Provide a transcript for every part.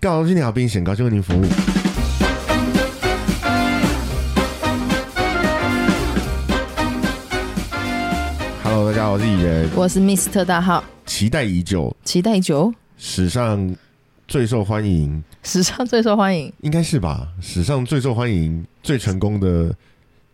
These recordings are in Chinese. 调动今天好冰险，高兴为您服务。Hello，大家好，我是蚁人，我是 Mr 大号，期待已久，期待已久，史上最受欢迎，史上最受欢迎。应该是吧？史上最受欢迎、最成功的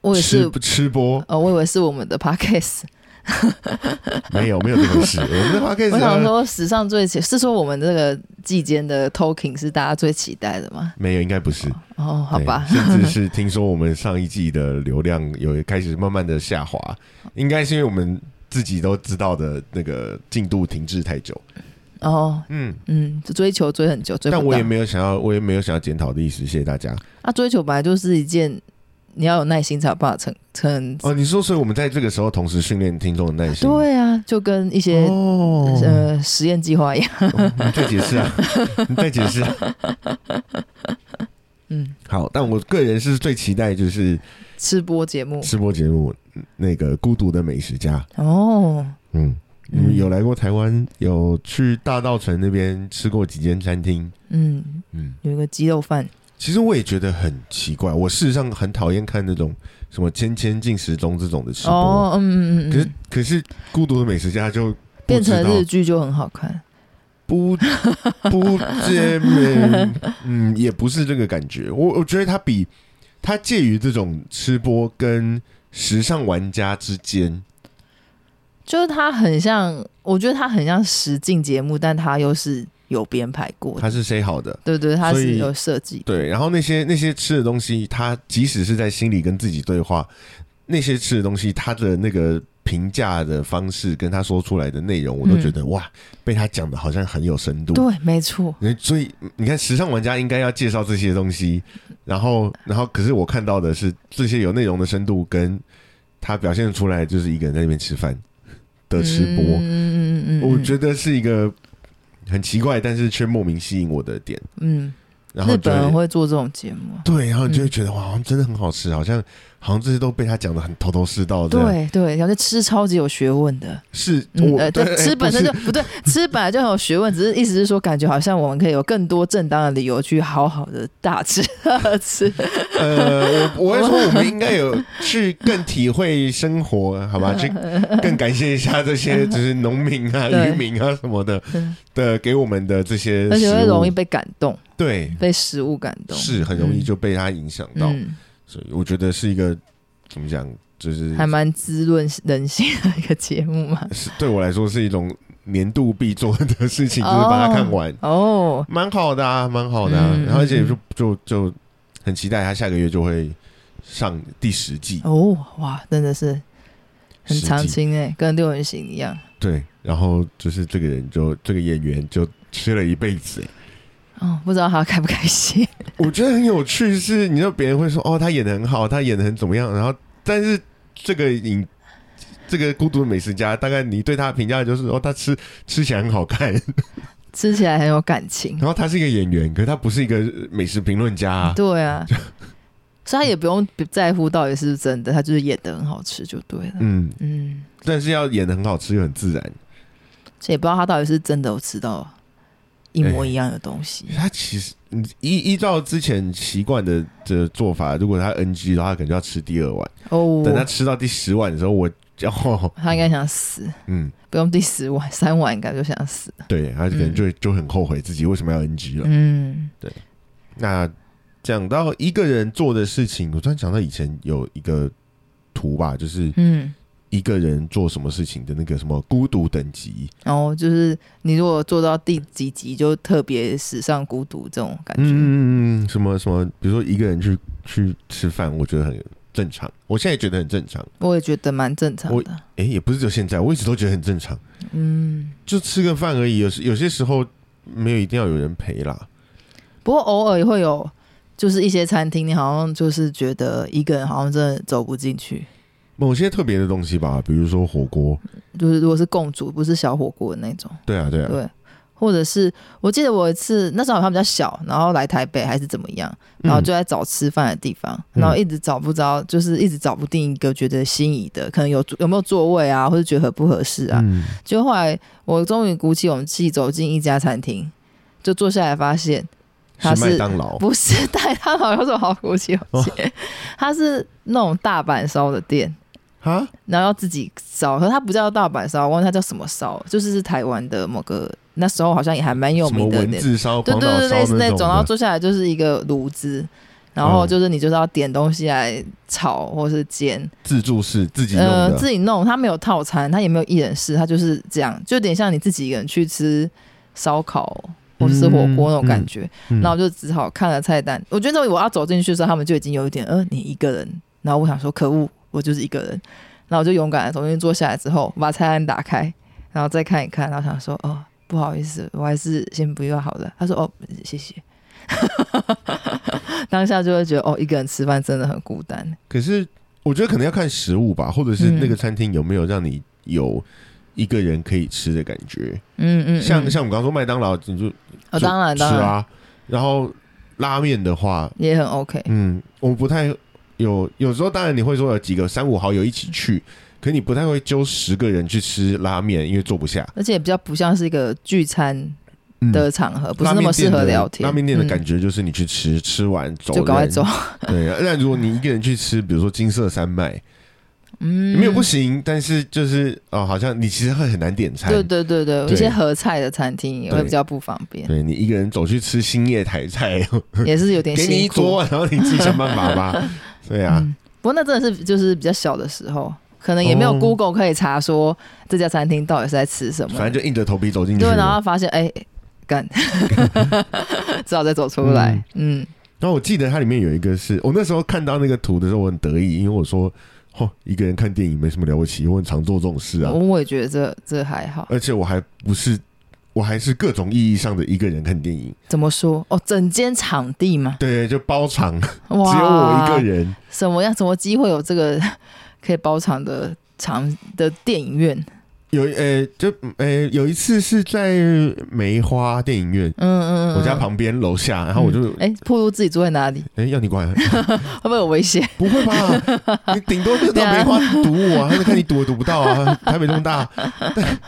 我也吃是，吃播，呃，我以为是我们的 Podcast，没有没有这回 事。我们的 podcast 我想呢说史上最期是说我们这个季间的 Talking 是大家最期待的吗？没有，应该不是。哦，好吧，对甚至是听说我们上一季的流量有开始慢慢的下 滑，应该是因为我们自己都知道的那个进度停滞太久。哦，嗯，嗯，就追求追很久，追不但到。我也没有想要，我也没有想要检讨的意思，谢谢大家。啊，追求本来就是一件你要有耐心才有办法成成。哦，你说，所以我们在这个时候同时训练听众的耐心，对啊，就跟一些、哦，呃实验计划一样。你再解释啊， 你再解释、啊。嗯，好，但我个人是最期待就是吃播节目吃播节目那个《孤独的美食家》。哦，嗯，你嗯们有来过台湾，有去大稻城那边吃过几间餐厅。嗯，嗯，有一个鸡肉饭，其实我也觉得很奇怪，我事实上很讨厌看那种什么“千千进食中”这种的吃播。哦，嗯嗯嗯，可是，可是《孤独的美食家》就不变成知道日剧就很好看。 不不这嗯嗯，也不是这个感觉。我我觉得它比它介于这种吃播跟时尚玩家之间。就是它很像，我觉得它很像实境节目，但它又是有编排过的，它是谁好的？对对，它所以是有设计的。对，然后那些那些吃的东西，他即使是在心里跟自己对话，那些吃的东西，他的那个评价的方式跟他说出来的内容，我都觉得、哇，被他讲的好像很有深度。嗯对，没错，对，所以你看，时尚玩家应该要介绍这些东西，然后然后，可是我看到的是这些有内容的深度，跟他表现出来就是一个人在那边吃饭的吃播，嗯嗯嗯嗯，我觉得是一个很奇怪，但是却莫名吸引我的点。嗯，然后日就本人会做这种节目，对，然后嗯你就会觉得、哇，好像真的很好吃，好像好像这些都被他讲的很头头是道的。，对对，然后就吃超级有学问的，是嗯我、呃，对但吃本身就不对，吃本来就很有学问，只是意思是说，感觉好像我们可以有更多正当的理由去好好的大吃 特吃，呃，我我会说我们应该有去更体会生活，好吧？ 去更感谢一下这些就是农民啊、对渔民啊什么的嗯的给我们的这些食物，而且会容易被感动，对，被食物感动，是很容易嗯就被他影响到，嗯，所以我觉得是一个怎么讲，就是还蛮滋润人心的一个节目 嘛。是对我来说是一种年度必做的事情，就是把它看完。哦，蛮好的啊，蛮好的、啊。嗯然后而且嗯就就就很期待他下个月就会上第十季，哦，哇，真的是很十季长青哎、跟六人行一样。对。然后就是这个人就这个演员就吃了一辈子， 哦，不知道他开不开心。 我觉得很有趣是，你知道别人会说哦，他演的很好，他演的很怎么样，然后但是这个影。这个孤独的美食家，大概你对他的评价就是哦，他吃吃起来很好看， 吃起来很有感情然，后他是一个演员，可是他不是一个美食评论家、啊。对啊，所以他也不用在乎到底是不是真的，他就是演的很好吃就对了。嗯，嗯，但是要演的很好吃又很自然，所以也不知道他到底是真的有吃到一模一样的 东西。他其实嗯依依照之前习惯的的做法，如果他 NG 的话，他可能就要吃第二碗。哦，等他吃到第十碗的时候，我就、哦、他应该想死， 嗯，不用第十碗、三碗应该就想死了。对，他可能就、就很后悔自己为什么要 NG 了。嗯，那讲到一个人做的事情，我突然想到以前有一个图吧，就是嗯，一个人做什么事情的那个什么孤独等级。然后就是你如果做到第几集，就特别史上孤独这种感觉。嗯嗯嗯，什么什么，比如说一个人去去吃饭，我觉得很正常，我现在也觉得很正常。我也觉得蛮正常的。诶，也不是只有现在，我一直都觉得很正常。嗯，就吃个饭而已，有时有些时候没有一定要有人陪啦。不过偶尔也会有，就是一些餐厅，你好像就是觉得一个人好像真的走不进去。某些特别的东西吧，比如说火锅，就是如果是共煮，不是小火锅的那种，对啊，对啊，对。或者是我记得我有一次那时候好像比较小，然后来台北还是怎么样，然后就在找吃饭的地方，嗯然后一直找不着，就是一直找不定一个觉得心仪的，可能有有没有座位啊，或者觉得合不合适啊。嗯，就后来我终于鼓起勇气走进一家餐厅，就坐下来发现，它麦是当劳不是带他好有什么好鼓起勇气？他是那种大阪烧的店，啊？然后要自己烧，可是它不叫大阪烧，我忘记它叫什么烧，就是是台湾的某个那时候好像也还蛮有什么名的文那，字烧、对广对岛对，烧类似那种，然后的，坐下来就是一个炉子。然后就是你就是要点东西来炒或是煎，自助式自己弄呃，的自己弄，它没有套餐，它也没有一人式，它就是这样，就有点像你自己一个人去吃烧烤或是火锅那种感觉。嗯然后我就只好看了菜单。我觉得我要走进去的时候，他们就已经有一点，呃，你一个人。然后我想说，可恶，我就是一个人。然后我就勇敢的重新坐下来之后，把菜单打开，然后再看一看，然后想说，哦，不好意思，我还是先不要好了。他说，哦，谢谢。当下就会觉得，哦，一个人吃饭真的很孤单。可是我觉得可能要看食物吧，或者是嗯那个餐厅有没有让你有一个人可以吃的感觉。嗯嗯，像嗯像我们刚刚说麦当劳，你就哦，就当然吃当然、啊，然后拉面的话，也很 OK。嗯，我不太有，有时候当然你会说有几个三五好友一起去，可你不太会揪十个人去吃拉面，因为坐不下。而且也比较不像是一个聚餐嗯的场合，不是拉那面么适店合的聊天。拉面店的感觉、觉就是你去吃，吃完走就赶快人走。 对，那如果你一个人去吃，比如说金色山脉，嗯，没有不行，但是就是哦，好像你其实会很难点餐。对对对对，有一对些合菜的餐厅也会对比较不方便，对你一个人走去吃兴业台菜，也是有 点给你一辛苦。桌， 然后你自己想办法吧。对啊，嗯，不过那真的是就是比较小的时候，可能也没有哦 Google 可以查说这家餐厅到底是在吃什么，反正就硬着头皮走进去嗯对，了。然后发现哎干， 只好再走出来。嗯，然后我记得它里面有一个是我那时候看到那个图的时候，我很得意，因为我说，哦，一个人看电影没什么了不起，我很常做这种事啊呃我，我也觉得这这还好。而且我还不是，我还是各种意义上的一个人看电影，怎么说？哦，整间场地嘛，对，就包场，只有哇，我一个，人，什么样什么机会有这个 可以包场的场的电影院？有呃，就呃有一次是在梅花电影院。嗯嗯嗯，我家嗯。旁边楼下，然后我就哎，暴露自己住在哪里，哎、要你管，会不会有危险？ 不会吧？你顶多就到梅花堵我、啊，他就看你堵也堵不到啊。台北这么大，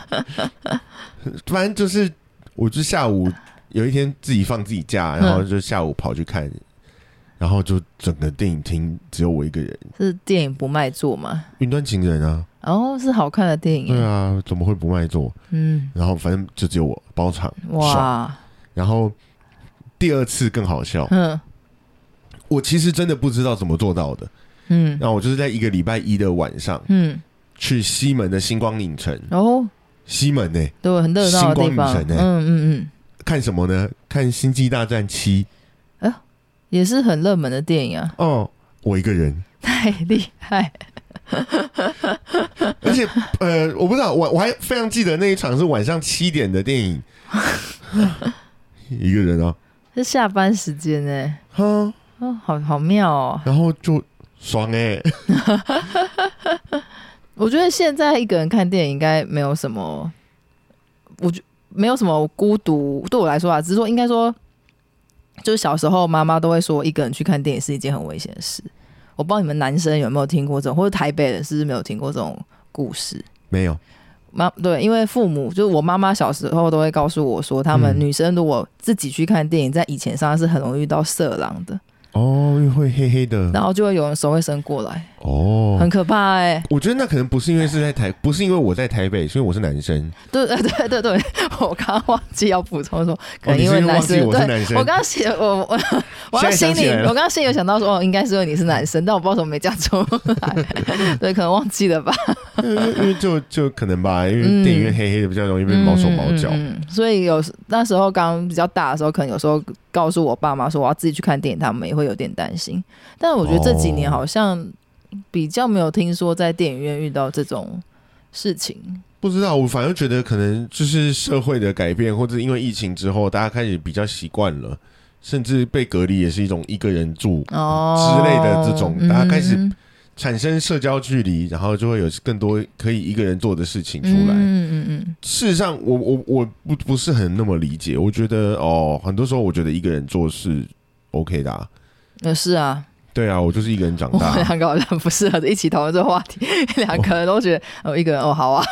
但 反正就是，我就下午有一天自己放自己假，然后就下午跑去看，然后就整个电影厅只有我一个人，是电影不卖座吗？ 《云端情人》啊，哦，是好看的电影。对啊，怎么会不卖座？嗯，然后反正就只有我包场，爽。哇，然后第二次更好笑，嗯我其实真的不知道怎么做到的。嗯然后我就是在一个礼拜一的晚上嗯，去西门的星光影城，然后西门欸呢、对，哦很热闹的地方。星光嗯女神欸嗯嗯，看什么呢？看《星际大战七》也是很热门的电影啊， 哦，我一个人，太厉害。而且呃，我不知道，我我还非常记得那一场是晚上七点的电影，一个人啊，是下班时间呢、哈，哦，好好妙哦！然后就爽哎、我觉得现在一个人看电影应该没有什么，我觉没有什么孤独。对我来说啊，只是说应该说，就是小时候妈妈都会说，一个人去看电影是一件很危险的事。我不知道你们男生有没有听过这种，或者台北人是不是没有听过这种故事？ 没有，妈对，因为父母就是我妈妈小时候都会告诉我说，他们嗯女生如果自己去看电影，在以前上是很容易遇到色狼的，哦，因为会黑黑的，然后就会有人手会伸过来，哦很。可怕哎、我觉得那可能不是因为是在台，不是因为我在台北，所以我是男生。对呃对对对，我刚刚忘记要补充说，可哦，能你是为因为男忘记生，我是对，男生我。刚刚写我我我现在刚心想起里来了我刚刚心里有想到说，哦，应该是因为你是男生，但我不知道为什么没讲出来，对，可能忘记了吧，因为因为就就可能吧，因嗯为电影院黑黑的比较容易被毛手毛脚。嗯嗯嗯所以有时那时候刚比较大的时候，可能有时候告诉我爸妈说我要自己去看电影，他们也会有点担心，但我觉得这几年哦好像比较没有听说在电影院遇到这种事情，不知道，我反而觉得可能就是社会的改变，或者因为疫情之后，大家开始比较习惯了，甚至被隔离也是一种一个人住，哦之类的这种大家开始嗯产生社交距离，然后就会有更多可以一个人做的事情出来。嗯嗯嗯嗯，事实上我，我我不不是很那么理解，我觉得哦，很多时候我觉得一个人做是 OK 的、啊，那是啊，对啊，我就是一个人长 我大们啊、两个好像不适合一起讨论这个话题，两个人都觉得哦，一个人哦好啊，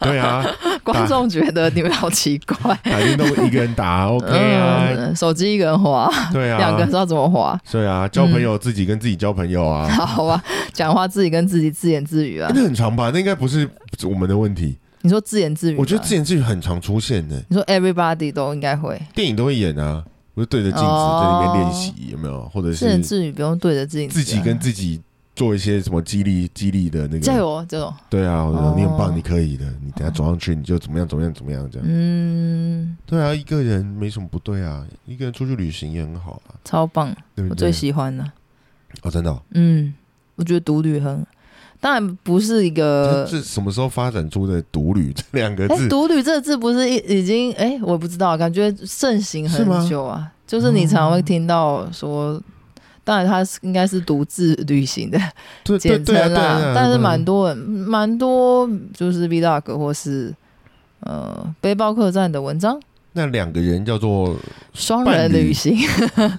对啊， 观众觉得你们好奇怪。 打电动一个人打 OK 啊，嗯，手机一个人滑，对啊，嗯两个人知道怎么滑。 对啊，交朋友自己跟自己交朋友啊，好啊，讲话自己跟自己自言自语啊欸。那很长吧？那应该不是我们的问题。你说自言自语吗，我觉得自言自语很常出现呢、你说 everybody 都应该会电影都会演啊，我就对着镜子在那边练习，有没有？或者哦自言是自语，不用对着自己自己跟自己做一些什么激励、激励的那加个。油哦这种，对啊，我觉得哦你很棒，你可以的。你等下走上去，你就怎么样、怎么样、怎么样这样。嗯，对啊，一个人没什么不对啊，一个人出去旅行也很好啊，超棒，对不我对最？喜欢的。哦，真的、哦，嗯，我觉得独旅很，当然不是一这个这什么时候发展出的“独旅”这两个呃哎，字？独旅这个字不是已已经哎、我不知道，感觉盛行是吗很久啊。就是你常会听到说，当然他是应该是独自旅行的对对简对称啊，对啊，对啦啊，但是嗯蛮多人蛮多就是 vlog 或是呃背包客栈的文章，那两个人叫做双伴人侣旅行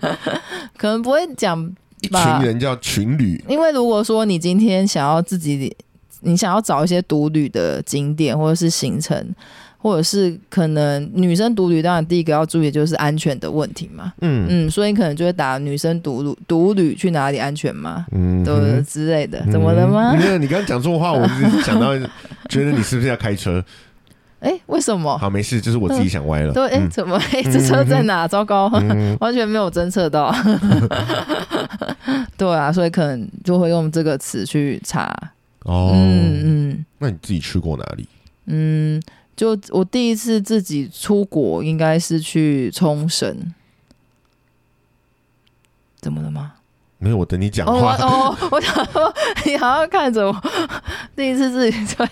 可能不会讲一群吧人叫群旅，因为如果说你今天想要自己，你想要找一些独旅的景点或者是行程，或者是可能女生独旅，当然第一个要注意的就是安全的问题嘛。嗯嗯，所以你可能就会打女生独旅，独旅去哪里安全吗？嗯对、哼嗯之类的，怎么了吗？没有，你刚刚讲错话，我只是想到 觉得你是不是要开车？哎、为什么？好，没事，就是我自己想歪了。对，哎、嗯嗯怎么？哎、这车在哪？糟糕，完全没有侦 测到。对啊，所以可能就会用这个词去查。哦，嗯嗯。那你自己去过哪里？嗯，就我第一次自己出国，应该是去冲绳。怎么了吗？没有，我等你讲哦，我话。哦， 我想说，你好像看着我， 第一次自己对，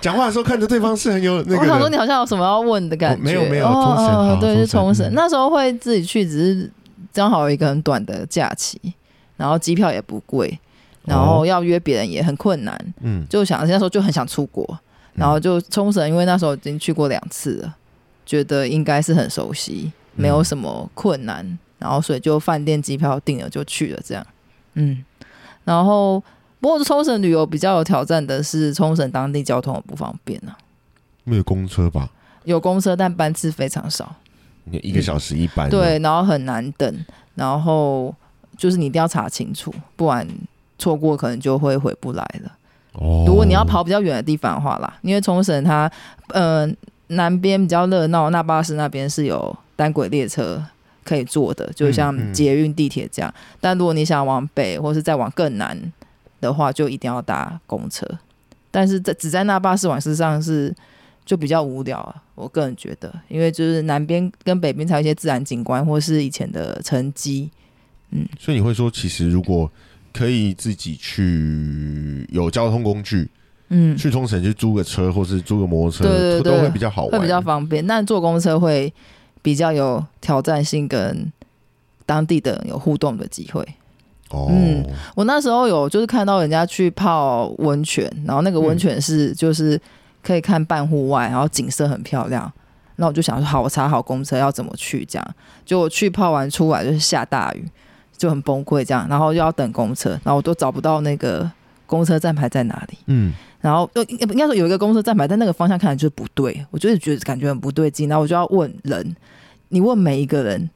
讲话的时候看着对方是很有那哦我想个说你的。好像有什么要问的感觉。哦没有没有哦冲绳哦好对，冲是绳冲绳嗯。那时候会自己去，只是刚好有一个很短的假期，然后机票也不贵，然哦后要约别人也很困难，嗯，就想那时候就很想出国，然后就冲绳，因为那时候已经去过两次了，觉得应该是很熟悉，嗯没有什么困难，然后所以就饭店机票订了就去了这样，嗯，然后不过冲绳旅游比较有挑战的是冲绳当地交通很不方便啊，没有公车吧？有公车但班次非常少，你一个小时一班。，对，然后很难等，然后就是你一定要查清楚，不然错过可能就会回不来了。哦，如果你要跑比较远的地方的话啦，因为冲绳它呃南边比较热闹，那巴士那边是有单轨列车可以坐的，就像嗯嗯捷运、地铁这样。但如果你想往北或是再往更南的话，就一定要搭公车。但是在只在那巴士晚市上是就比较无聊啊，我个人觉得，因为就是南边跟北边才有一些自然景观或是以前的城基。所以你会说，其实如果可以自己去有交通工具，嗯，去冲绳去租个车，或是租个摩托车，对对对都会比较好会玩，比较方便。但坐公车会比较有挑战性，跟当地的人有互动的机会。哦，嗯我那时候有就是看到人家去泡温泉，然后那个温泉是就是可以看半户外，然后景色很漂亮。那我就想说，好，我查好公车要怎么去，这样就我去泡完出来就是下大雨，就很崩溃这样，然后又要等公车，然后我都找不到那个公车站牌在哪里。嗯，然后呃应该说有一个公车站牌，但那个方向看来就是不对，我就是觉得感觉很不对劲，然后我就要问人，你问每一个人，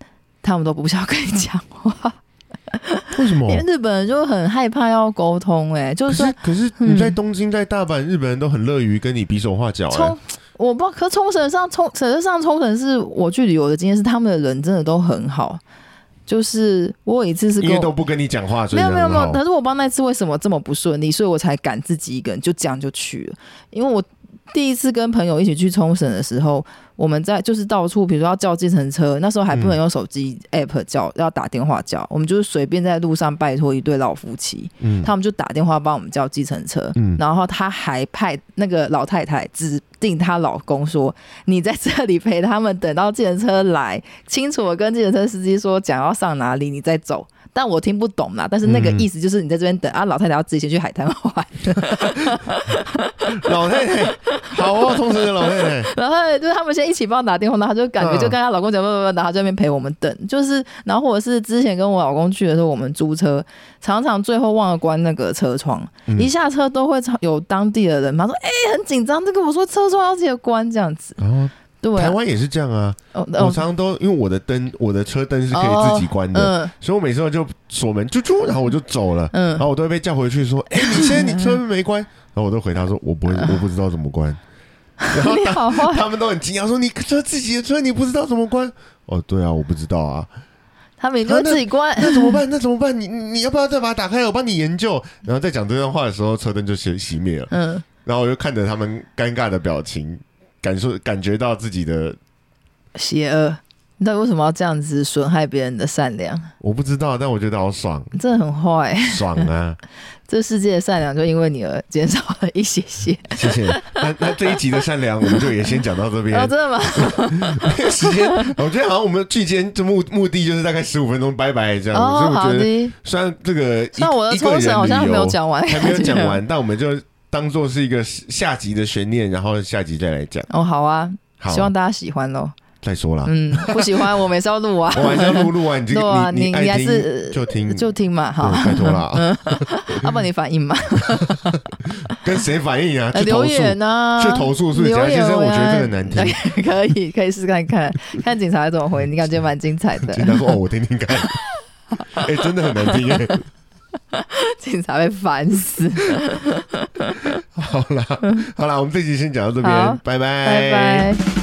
他们都不想跟你讲话，为什么因？为日本人就很害怕要沟通、欸，哎，就哦可是说是可是嗯你在东京、在大阪，日本人都很乐于跟你比手画脚、欸冲。，我不知道，可冲绳上冲绳上冲绳是我去旅游的经验，是他们的人真的都很好，就是我有一次是因跟为我都不跟你讲话，所以没有没有没有，人很可好是我不知道那次为什么这么不顺利，所以我才敢自己一个人就这样就去了。因为我第一次跟朋友一起去冲绳的时候，我们在就是到处，比如说要叫计程车，那时候还不能用手机 app 叫，要打电话叫，我们就是随便在路上拜托一对老夫妻，嗯他们就打电话帮我们叫计程车，嗯然后他还派那个老太太指定她老公说：“你在这里陪他们，等到计程车来，清楚的跟计程车司机说讲要上哪里，你再走。”但我听不懂啦，但是那个嗯意思就是你在这边等、啊，老太太要自己先去海滩玩， 老太太，好哦，冲绳的老太太，然后就是他们先一一起帮我打电话，然后她就感觉嗯就跟她老公讲，不不不，然后她就在那边陪我们等，就是然后或者是之前跟我老公去的时候，我们租车，常常最后忘了关那个车窗，嗯一下车都会有当地的人，他说哎、很紧张，这个我说车窗要记得关这样子，哦，对、台啊，湾也是这样啊。哦我常常都因为我的灯，我的车灯是可以自己关的，嗯所以我每次就锁门，啾啾，然后我就走了。嗯然，后我都会被叫回去说：“哎、你现在你车门没关。”然后我都回答说：“我不会，嗯我不知道怎么 关。”然后你他好坏，他们都很惊讶说：“你车自己的车，你不知道怎么关？”哦，对啊，我不知道啊，他们也就会自己关， 那怎么办？那怎么办？你你你要不要再把它打开？我帮你研究。然后在讲这段话的时候，车灯就熄熄灭了。嗯。然后我就看着他们尴尬的表情，感受感觉到自己的邪恶。你到底为什么要这样子损害别人的善良？我不知道，但我觉得好爽，你真的很坏、爽啊！ 这世界的善良就因为你而减少了一些些。谢谢。那那这一集的善良，我们就也先讲到这边哦，。真的吗？ 时间，我觉得好像我们聚间这目目的就是大概十五分钟，拜拜这样。所哦，以我好觉得，的。虽然这个一那我的一个抽人绳好像还旅没有游讲完，还没有讲。完，但我们就当做是一个下集的悬念，然后下集再来讲。哦，好啊，好希，望大家喜欢喽。再说啦。嗯，不喜欢我们也是要录啊， 我还是要录录完，你录啊，就你你还爱听是就听就听嘛，好对，拜托 啦，要不然你反应嘛，跟谁反应啊？呃去留投诉，言啊，去投诉是不是？留蒋言先生，我觉得啊这个难听。 可以可以试试看看，看警察怎么回，你感觉蛮精彩的听，他说哦，我听听看。 哎，真的很难听 哎。警察会烦死。好啦，好啦，我们这集先讲到这边好，拜拜，拜拜。